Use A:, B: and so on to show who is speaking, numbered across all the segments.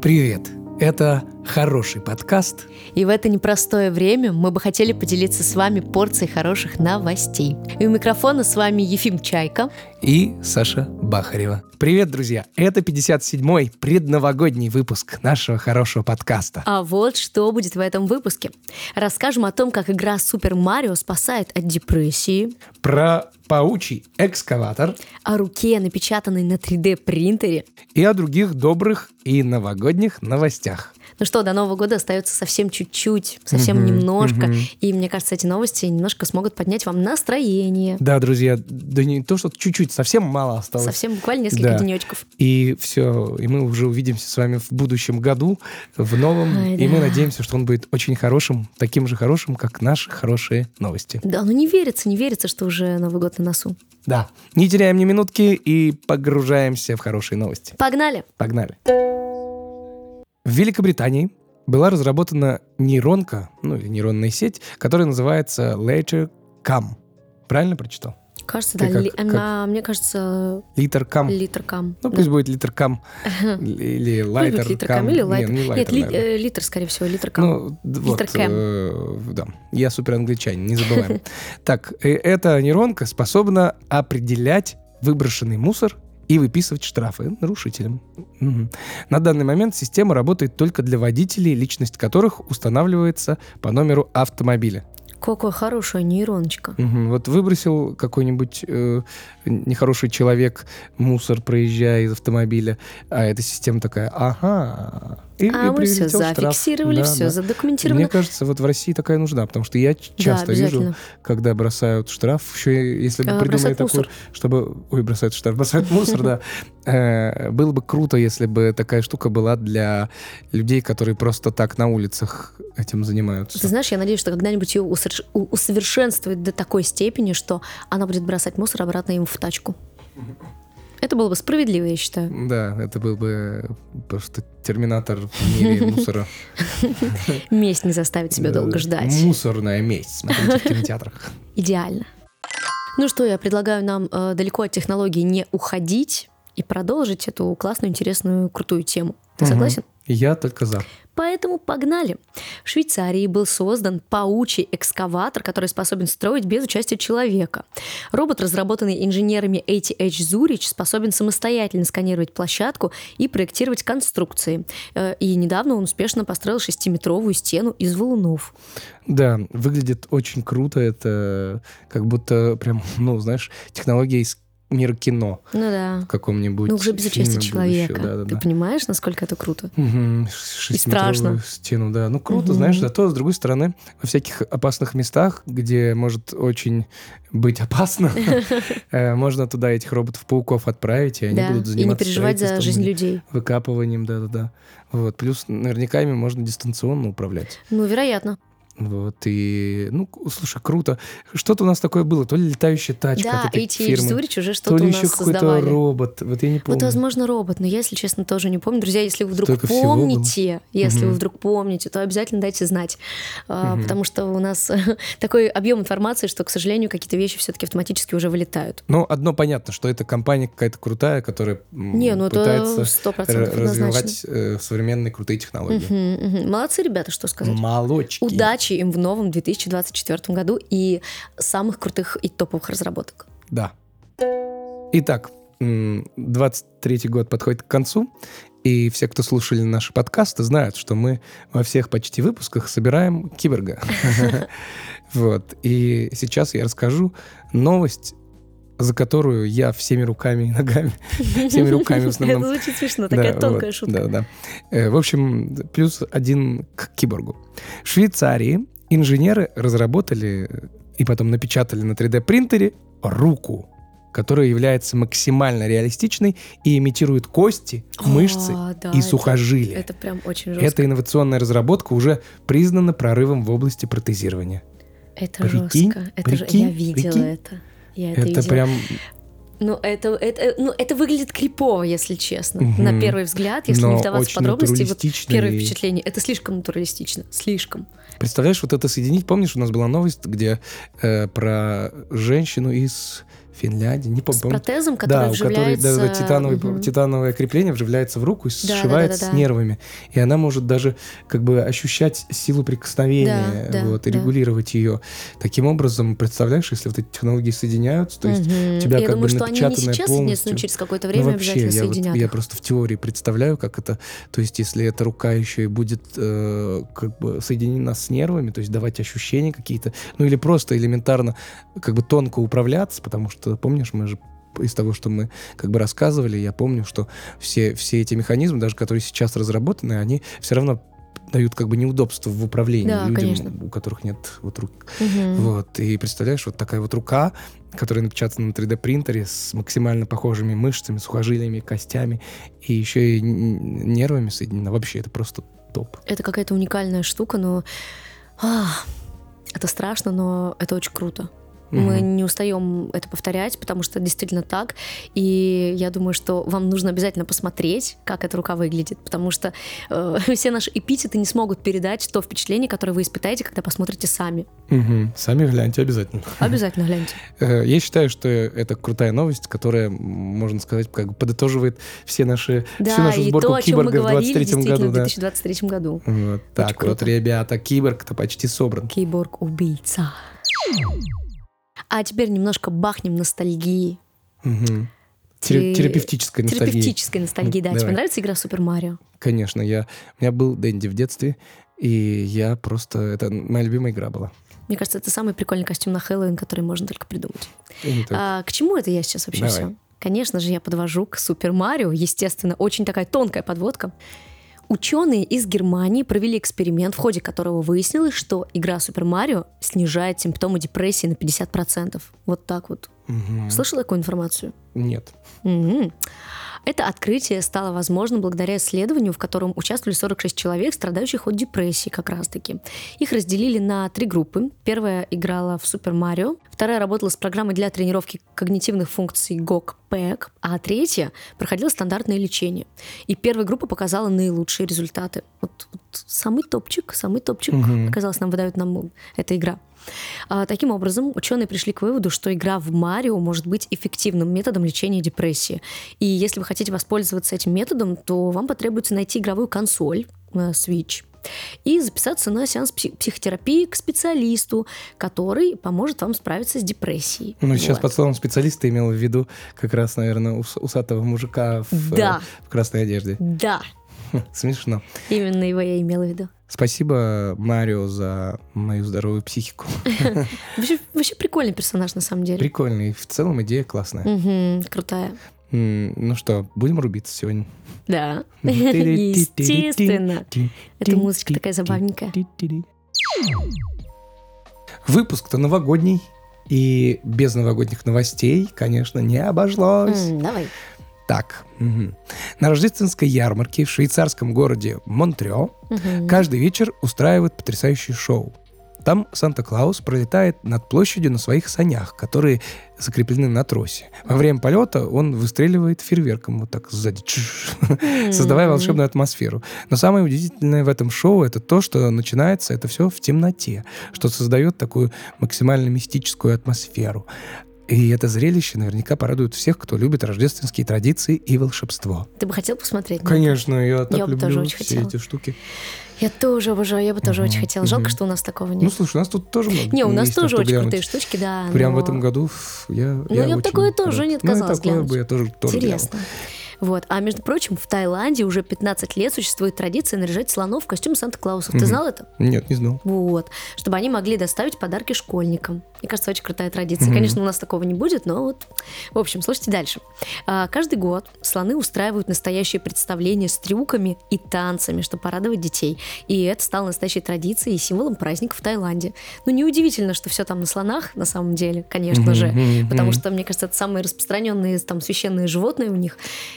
A: Привет! Это хороший подкаст.
B: И в это непростое время мы бы хотели поделиться с вами порцией хороших новостей. И у микрофона с вами Ефим Чайка.
A: И Саша Бахарева. Привет, друзья! Это 57-й предновогодний выпуск нашего хорошего подкаста.
B: А вот что будет в этом выпуске. Расскажем о том, как игра Супер Марио спасает от депрессии,
A: Про паучий экскаватор
B: о руке, напечатанной на 3D-принтере.
A: и о других добрых и новогодних новостях.
B: Ну что, до Нового года остается совсем чуть-чуть, совсем немножко. И мне кажется, эти новости немножко смогут поднять вам настроение.
A: Да, друзья, да не то, что чуть-чуть, совсем мало осталось.
B: Совсем буквально несколько
A: Да.
B: денечков.
A: И все, и мы уже увидимся с вами в будущем году, в новом.
B: Ай,
A: и мы
B: да.
A: надеемся, что он будет очень хорошим, таким же хорошим, как наши хорошие новости.
B: Да, ну не верится, не верится, что уже Новый год на носу.
A: Да, не теряем ни минутки и погружаемся в хорошие новости.
B: Погнали!
A: Погнали. В Великобритании была разработана нейронка, ну или нейронная сеть, которая называется Later Cam. Правильно прочитал?
B: Кажется, да,
A: Ты как-
B: ли-
A: как?
B: она, мне кажется,
A: Литер Cam.
B: литр кам.
A: Ну,
B: Да.
A: пусть будет литр кам или
B: Пусть будет
A: лайтер
B: литр
A: кам.
B: кам или лайтер.
A: Не, не
B: Нет,
A: лайтер,
B: ли-
A: наверное.
B: э, литр, скорее всего, литр кам.
A: Ну, д- вот,
B: Литеркэм.
A: э, да, я супер англичанин, не забываем. Так, э, эта нейронка способна определять выброшенный мусор и выписывать штрафы нарушителям. Мгм. На данный момент система работает только для водителей, личность которых устанавливается по номеру автомобиля.
B: Какая хорошая нейроночка.
A: Мгм. Вот выбросил какой-нибудь э, нехороший человек мусор, проезжая из автомобиля, а эта система такая, ага. И- и
B: А мы все
A: прилетел штраф.
B: зафиксировали,
A: Да,
B: все
A: да.
B: задокументировано.
A: Мне кажется, вот в России такая нужна, потому что я ч-
B: Да,
A: часто вижу,
B: обязательно.
A: когда бросают штраф, еще и если бы
B: А,
A: придумали
B: бросают
A: такую,
B: мусор.
A: чтобы... Ой, бросают штраф, бросают мусор, да. Э, Было бы круто, если бы такая штука была для людей, которые просто так на улицах этим
B: Ты
A: занимаются.
B: знаешь, я надеюсь, что когда-нибудь ее усоверш- у- усовершенствуют до такой степени, что она будет бросать мусор обратно им в тачку. Это было бы справедливо, я считаю.
A: Да, это был бы просто терминатор в мире мусора.
B: Месть не заставит себя долго
A: Да,
B: ждать.
A: Мусорная месть. Смотрите в кинотеатрах.
B: Идеально. Ну что, я предлагаю нам э, далеко от технологий не уходить и продолжить эту классную, интересную, крутую тему. Ты
A: Мгм.
B: согласен?
A: Я только за.
B: Поэтому погнали. В Швейцарии был создан паучий экскаватор, который способен строить без участия человека. Робот, разработанный инженерами ATH Zurich, способен самостоятельно сканировать площадку и проектировать конструкции. Э, И недавно он успешно построил шестиметровую стену из валунов.
A: Да, выглядит очень круто. Это как будто прям, ну, знаешь, технология из мира кино
B: Ну да.
A: в каком-нибудь.
B: Ну уже без участия
A: фильме
B: человека.
A: будущего.
B: Ты
A: Да-да-да.
B: понимаешь, насколько это круто?
A: Мгм,
B: И
A: шестиметровую
B: страшно.
A: стену, да. Ну, круто,
B: Мгм.
A: знаешь, зато, с другой стороны, во всяких опасных местах, где может очень быть опасно, э, можно туда этих роботов-пауков отправить, и они
B: да.
A: будут
B: И не
A: заниматься
B: переживать за
A: строительством,
B: жизнь людей.
A: Выкапыванием, да-да-да. Вот. Плюс наверняка ими можно дистанционно управлять.
B: Ну, вероятно.
A: Вот, и, ну, к- слушай, круто. Что-то у нас такое было, то ли летающая тачка
B: да,
A: от этой
B: ATH
A: фирмы,
B: Zurich уже что-то
A: то ли
B: у нас
A: еще какой-то
B: создавали.
A: робот, вот я не помню.
B: Вот, возможно, робот, но я, если честно, тоже не помню. Друзья, если вы вдруг
A: Столько всего было.
B: помните, если
A: Мгм.
B: вы вдруг помните, то обязательно дайте знать. А,
A: Мгм.
B: Потому что у нас такой объем информации, что, к сожалению, какие-то вещи все-таки автоматически уже вылетают.
A: Ну, одно понятно, что это компания какая-то крутая, которая м,
B: Не, ну это
A: пытается
B: сто
A: р-
B: процентов однозначно.
A: развивать э, современные крутые технологии.
B: Мгм, мгм. Молодцы, ребята, что сказать.
A: Молочки.
B: Удачи им в новом 2024 году и самых крутых и топовых разработок.
A: Да. Итак, м, 23-й год подходит к концу, и все, кто слушали наши подкасты, знают, что мы во всех почти выпусках собираем киберга. Вот. И сейчас я расскажу новость, за которую я всеми руками и ногами, всеми руками в основном.
B: Это звучит смешно,
A: Да,
B: Ну, такая
A: вот,
B: тонкая
A: Да,
B: шутка.
A: да. Э, В общем, плюс один к киборгу. В Швейцарии инженеры разработали э, и потом напечатали на 3D-принтере руку, которая является максимально реалистичной и имитирует кости, мышцы
B: А, да,
A: и
B: это-
A: сухожилия.
B: Это прям очень жестко.
A: Эта инновационная разработка уже признана прорывом в области протезирования.
B: Это
A: Прикинь,
B: жестко. Это же
A: прикинь,
B: я видела
A: прикинь.
B: это. Я это,
A: Это,
B: видела.
A: прям
B: Ну, это, это, ну, это выглядит крипово, если честно.
A: Мгм.
B: На первый взгляд, если
A: но
B: не вдаваться в
A: очень
B: подробности, вот
A: натуралистично
B: первое
A: и-
B: впечатление. Это слишком натуралистично. Слишком.
A: Представляешь, вот это соединить, помнишь, у нас была новость, где э, про женщину из Финляндии, не
B: С
A: помню.
B: протезом, который
A: Да, у которой
B: вживляется...
A: да, да, титановый-
B: Мгм.
A: титановое крепление вживляется в руку и
B: да,
A: сшивается
B: да, да.
A: с нервами. И она может даже как бы ощущать силу прикосновения
B: Да, да,
A: вот, и
B: да.
A: регулировать ее. Таким образом, представляешь, если вот эти технологии соединяются, то есть
B: Мгм.
A: у тебя
B: я
A: как
B: думаю,
A: бы
B: что они не
A: напечатанное
B: сейчас соединятся, но
A: полностью.
B: через какое-то
A: ну,
B: время
A: вообще,
B: обязательно
A: я, вот-
B: соединят.
A: я просто в теории представляю, как это, то есть если эта рука еще и будет э, как бы соединена с нервами, то есть давать ощущения какие-то, ну или просто элементарно как бы тонко управляться, потому что, помнишь, мы же из того, что мы как бы рассказывали, я помню, что все, все эти механизмы, даже которые сейчас разработаны, они все равно дают как бы неудобство в управлении
B: Да,
A: людям,
B: конечно.
A: у которых нет вот рук.
B: Мгм.
A: Вот, и представляешь, вот такая вот рука, которая напечатана на 3D-принтере с максимально похожими мышцами, сухожилиями, костями и еще и н- нервами соединена. Вообще, это просто топ.
B: Это какая-то уникальная штука, но... ах, это страшно, но это очень круто. Мы
A: Мгм.
B: не устаем это повторять, потому что это действительно так. И я думаю, что вам нужно обязательно посмотреть, как эта рука выглядит, потому что э, все наши эпитеты не смогут передать то впечатление, которое вы испытаете, когда посмотрите сами.
A: Мгм. Сами гляньте обязательно.
B: Обязательно гляньте.
A: Э, Я считаю, что это крутая новость, которая, м, можно сказать, как бы подытоживает все наши, всю
B: Да,
A: нашу
B: и
A: сборку
B: то, о чем мы
A: киборга в
B: говорили,
A: 23
B: действительно,
A: году.
B: в
A: да.
B: 2023 году.
A: Вот так вот,
B: круто.
A: ребята, киборг-то почти собран.
B: Киборг-убийца. А теперь немножко бахнем ностальгии.
A: Мгм.
B: Те-
A: Тере- Терапевтическая ностальгия.
B: Терапевтической ностальгии, да.
A: Давай.
B: Тебе нравится игра Супер Марио?
A: Конечно, я... у меня был Дэнди в детстве, и я просто... Это моя любимая игра была.
B: Мне кажется, это самый прикольный костюм на Хэллоуин, который можно только придумать.
A: И не только.
B: А к чему это я сейчас вообще
A: Давай.
B: все? Конечно же, я подвожу к Супер Марио, естественно, очень такая тонкая подводка. Ученые из Германии провели эксперимент, в ходе которого выяснилось, что игра Супер Марио снижает симптомы депрессии на 50%. Вот так вот.
A: Мгм.
B: Слышала такую информацию?
A: Нет.
B: Мгм. Это открытие стало возможным благодаря исследованию, в котором участвовали 46 человек, страдающих от депрессии как раз-таки. Их разделили на три группы. Первая играла в Супер Марио, вторая работала с программой для тренировки когнитивных функций GOG-PEG, а третья проходила стандартное лечение. И первая группа показала наилучшие результаты. Вот, вот самый топчик, самый топчик,
A: Мгм.
B: оказалось, нам выдают нам эта игра. А, таким образом, ученые пришли к выводу, что игра в Марио может быть эффективным методом лечения депрессии. И если вы хотите воспользоваться этим методом, то вам потребуется найти игровую консоль э, Switch и записаться на сеанс пси- психотерапии к специалисту, который поможет вам справиться с депрессией.
A: Ну, сейчас
B: Вот.
A: под словом специалиста имел в виду как раз, наверное, ус- усатого мужика в, э,
B: Да.
A: в красной одежде.
B: Да,
A: Хм, Смешно.
B: именно его я имела в виду.
A: Спасибо, Марио, за мою здоровую психику.
B: Вообще, вообще прикольный персонаж на самом деле.
A: Прикольно, и в целом идея классная.
B: Мгм, крутая.
A: М, Ну что, будем рубиться сегодня?
B: Да. Естественно. Эта музычка такая забавненькая.
A: Выпуск-то новогодний, и без новогодних новостей, конечно, не обошлось.
B: М, Давай.
A: Так, мгм. на рождественской ярмарке в швейцарском городе Монтрео
B: Мгм.
A: каждый вечер устраивают потрясающее шоу. Там Санта-Клаус пролетает над площадью на своих санях, которые закреплены на тросе. Во время полета он выстреливает фейерверком вот так сзади. Чш
B: М.
A: создавая волшебную атмосферу. Но самое удивительное в этом шоу это то, что начинается это все в темноте, что создает такую максимально мистическую атмосферу. И это зрелище наверняка порадует всех, кто любит рождественские традиции и волшебство.
B: Ты бы хотел посмотреть? на это?
A: Конечно, я так
B: Я бы
A: люблю
B: тоже очень
A: все
B: хотела.
A: эти штуки.
B: Я тоже обожаю, я бы тоже
A: Мгм,
B: очень хотела. Жалко,
A: мгм.
B: что у нас такого
A: Ну,
B: нет.
A: слушай, у нас тут тоже много.
B: Не, у нас
A: есть на
B: тоже
A: что
B: очень
A: глянуть.
B: крутые штучки, да.
A: Прям
B: но
A: в этом году ф, я Ну,
B: я бы такое тоже не
A: Ну,
B: отказалась
A: и такое
B: глянуть.
A: бы я тоже, тоже
B: Интересно. Вот. А между прочим, в Таиланде уже 15 лет существует традиция наряжать слонов в костюм Санта-Клаусов. Ты
A: Мгм.
B: знал это?
A: глянул. Нет, не знал.
B: Вот. Чтобы они могли доставить подарки школьникам. Мне кажется, очень крутая традиция.
A: Мгм.
B: Конечно, у нас такого не будет, но вот... В общем, слушайте дальше. А, Каждый год слоны устраивают настоящее представление с трюками и танцами, чтобы порадовать детей. И это стало настоящей традицией и символом праздника в Таиланде. Ну, неудивительно, что все там на слонах, на самом деле, конечно же.
A: Мгм, мгм.
B: Потому что, мне кажется, это самые распространенные там священные животные у них.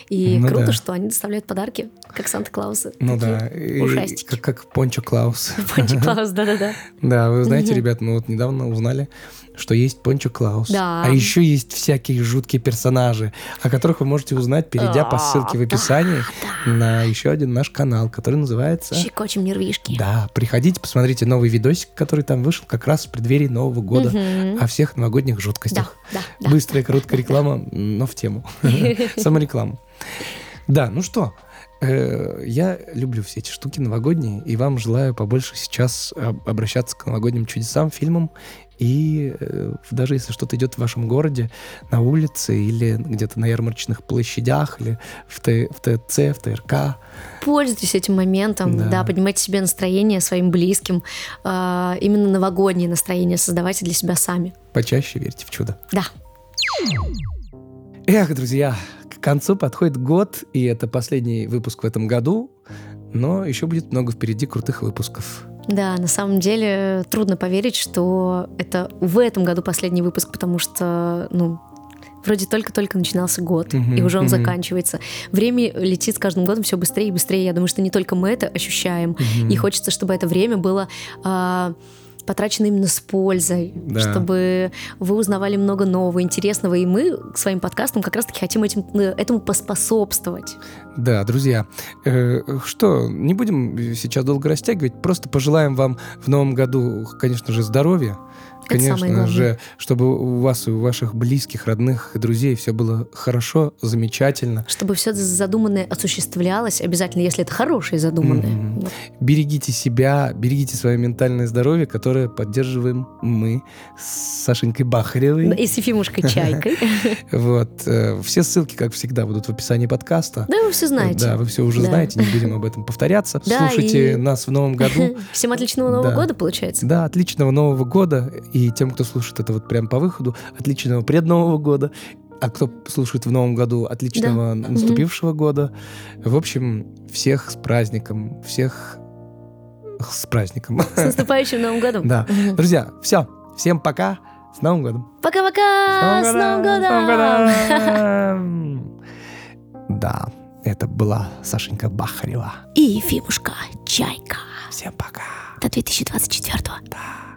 B: И
A: Ну
B: круто,
A: да.
B: что они доставляют подарки, как Санта-Клаусы.
A: Ну
B: Такие
A: да, и-
B: Ужастики.
A: как, как Пончо Клаус.
B: Пончик Клаус, да-да-да.
A: Да, вы знаете,
B: Мгм.
A: ребят, мы вот недавно узнали, что есть Пончо Клаус.
B: Да.
A: А еще есть всякие жуткие персонажи, о которых вы можете узнать, перейдя по ссылке в описании на еще один наш канал, который называется...
B: Щекочем нервишки.
A: Да, приходите, посмотрите новый видосик, который там вышел как раз в преддверии Нового года
B: Мгм.
A: о всех новогодних
B: Да,
A: жуткостях.
B: да, да.
A: Быстрая, короткая реклама, но в тему. Самореклама. Да, ну что, э, я люблю все эти штуки новогодние, и вам желаю побольше сейчас об- обращаться к новогодним чудесам, фильмам, и э, даже если что-то идет в вашем городе, на улице или где-то на ярмарочных площадях, или в, Т- в ТЦ, в ТРК,
B: Пользуйтесь этим моментом,
A: Да.
B: да. поднимайте себе настроение своим близким. А, именно новогоднее настроение создавайте для себя сами.
A: почаще верьте в чудо.
B: Да.
A: Эх, друзья, к концу подходит год, и это последний выпуск в этом году, но еще будет много впереди крутых выпусков.
B: Да, на самом деле трудно поверить, что это в этом году последний выпуск, потому что, ну, вроде только-только начинался год,
A: Мгм,
B: и уже он
A: мгм.
B: заканчивается. Время летит с каждым годом все быстрее и быстрее. Я думаю, что не только мы это ощущаем, и хочется, чтобы это время было а, потрачено именно с пользой,
A: Да.
B: чтобы вы узнавали много нового, интересного, и мы к своим подкастам как раз-таки хотим этим, э, этому поспособствовать.
A: Да, друзья, э, что, не будем сейчас долго растягивать, просто пожелаем вам в новом году, конечно же, здоровья,
B: Это самое
A: конечно
B: главное.
A: же, чтобы у вас и у ваших близких, родных и друзей все было хорошо, замечательно.
B: Чтобы все задуманное осуществлялось обязательно, если это хорошее задуманное.
A: Мгм.
B: Вот.
A: Берегите себя, берегите свое ментальное здоровье, которое поддерживаем мы с Сашенькой Бахаревой.
B: Да, И с Ефимушкой Чайкой.
A: Вот. э, Все ссылки, как всегда, будут в описании подкаста.
B: Да, вы все
A: Да,
B: знаете.
A: вы все уже
B: Да.
A: знаете, не будем об этом повторяться.
B: Да,
A: Слушайте
B: и-
A: нас в новом году.
B: Всем отличного Нового
A: Да.
B: года, получается.
A: Да, отличного Нового года. И тем, кто слушает это вот прям по выходу, отличного преднового года. А кто слушает в новом году, отличного наступившего года. В общем, всех с праздником. Всех с праздником.
B: С наступающим Новым годом.
A: Да. Друзья, все. Всем пока. С Новым годом.
B: Пока-пока! А, С Новым
A: С Новым
B: годом!
A: годом! Да, это была Сашенька Бахарева.
B: И Ефимушка Чайка.
A: Всем пока.
B: До 2024
A: Да.